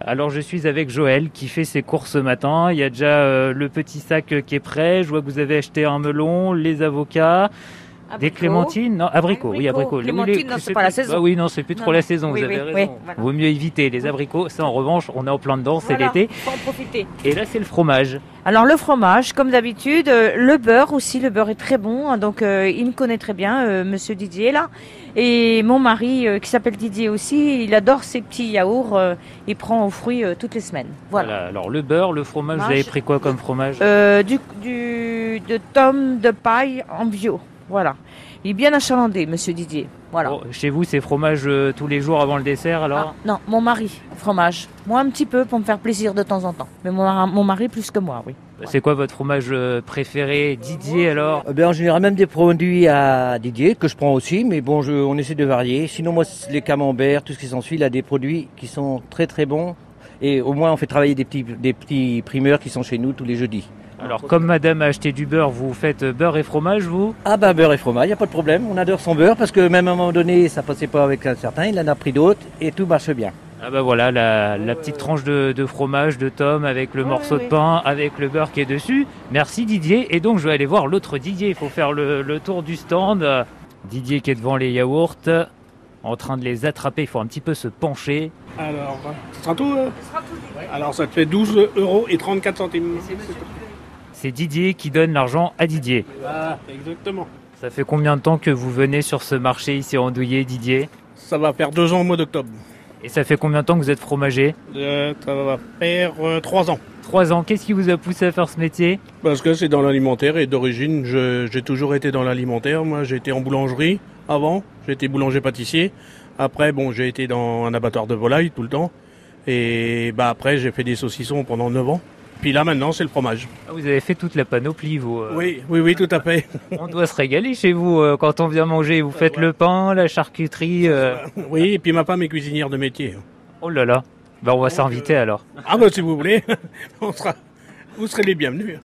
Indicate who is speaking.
Speaker 1: Alors je suis avec Joël qui fait ses courses ce matin. Il y a déjà euh, le petit sac euh, qui est prêt. Je vois que vous avez acheté un melon, les avocats, des
Speaker 2: Abricot.
Speaker 1: clémentines, non, abricots, oui,
Speaker 2: Abricots.
Speaker 1: abricots. Les-
Speaker 2: Clémentines,
Speaker 1: les-
Speaker 2: non, c'est pas la
Speaker 1: plus-
Speaker 2: saison.
Speaker 1: Bah oui, non, c'est plus trop
Speaker 2: Non,
Speaker 1: la
Speaker 2: non.
Speaker 1: saison,
Speaker 2: Oui,
Speaker 1: vous avez
Speaker 2: oui,
Speaker 1: raison.
Speaker 2: oui, voilà.
Speaker 1: Vaut mieux éviter les abricots, ça en revanche, on est en plein dedans, c'est
Speaker 2: Voilà,
Speaker 1: l'été.
Speaker 2: Faut en profiter.
Speaker 1: Et là, c'est le fromage.
Speaker 3: Alors le fromage, comme d'habitude, euh, le beurre aussi, le beurre est très bon, hein, donc euh, il me connaît très bien, euh, Monsieur Didier là, et mon mari euh, qui s'appelle Didier aussi, il adore ces petits yaourts, euh, il prend aux fruits euh, toutes les semaines. Voilà.
Speaker 1: Alors le beurre, le fromage, vous
Speaker 3: Fromage.
Speaker 1: avez pris quoi comme fromage
Speaker 3: Euh, du, du de tomme de paille en bio, voilà. Il est bien achalandé, Monsieur Didier. Voilà.
Speaker 1: Bon, Oh, Chez vous, c'est fromage euh, tous les jours avant le dessert, alors
Speaker 3: Ah, non, mon mari, fromage. Moi un petit peu pour me faire plaisir de temps en temps, mais mon, mar- mon mari plus que moi, oui.
Speaker 2: Ah,
Speaker 1: C'est quoi votre fromage euh, préféré Didier, alors
Speaker 4: Eh bien, en général, même des produits à Didier, que je prends aussi, mais bon, je, on essaie de varier. Sinon, moi, c'est les camemberts, tout ce qui s'ensuit, là, des produits qui sont très très bons. Et au moins, on fait travailler des petits, des petits primeurs qui sont chez nous tous les jeudis.
Speaker 1: Alors, comme madame a acheté du beurre, vous faites euh, beurre et fromage, vous
Speaker 4: Ah bah, beurre et fromage, il a pas de problème. On adore son beurre parce que même à un moment donné, ça passait pas avec un certain, il en a pris d'autres et tout marche bien.
Speaker 1: Ah bah voilà, la, la petite tranche de, de fromage, de tome, avec le
Speaker 3: Ouais,
Speaker 1: morceau de
Speaker 3: ouais.
Speaker 1: pain, avec le beurre qui est dessus. Merci Didier. Et donc je vais aller voir l'autre Didier. Il faut faire le, le tour du stand. Euh, Didier qui est devant les yaourts, euh, en train de les attraper. Il faut un petit peu se pencher.
Speaker 5: Alors, ce sera tout hein Alors, ça te fait 12 euros et 34 centimes.
Speaker 1: C'est Didier qui donne l'argent à Didier.
Speaker 5: Ah, exactement.
Speaker 1: Ça fait combien de temps que vous venez sur ce marché ici à Andouillé, Didier
Speaker 5: Ça va faire 2 ans au mois d'octobre.
Speaker 1: Et ça fait combien de temps que vous êtes fromager
Speaker 5: Euh, ça va faire 3 ans.
Speaker 1: Trois ans. Qu'est-ce qui vous a poussé à faire ce métier
Speaker 5: Parce que c'est dans l'alimentaire et d'origine, je- j'ai toujours été dans l'alimentaire. Moi, j'étais en boulangerie avant, j'étais boulanger-pâtissier. Après, bon, j'ai été dans un abattoir de volaille tout le temps. Et bah après, j'ai fait des saucissons pendant 9 ans. Puis là, maintenant, c'est le fromage.
Speaker 1: Ah, Vous avez fait toute la panoplie, vous. euh.
Speaker 5: Oui, oui, oui, tout à fait.
Speaker 1: On doit se régaler chez vous euh, quand on vient manger. Vous faites le pain, la charcuterie. euh,
Speaker 5: Oui, et puis ma femme est cuisinière de métier.
Speaker 1: Oh là là. Bah, on va s'inviter alors.
Speaker 5: ben, Ah bah si vous voulez, on sera, vous serez les bienvenus.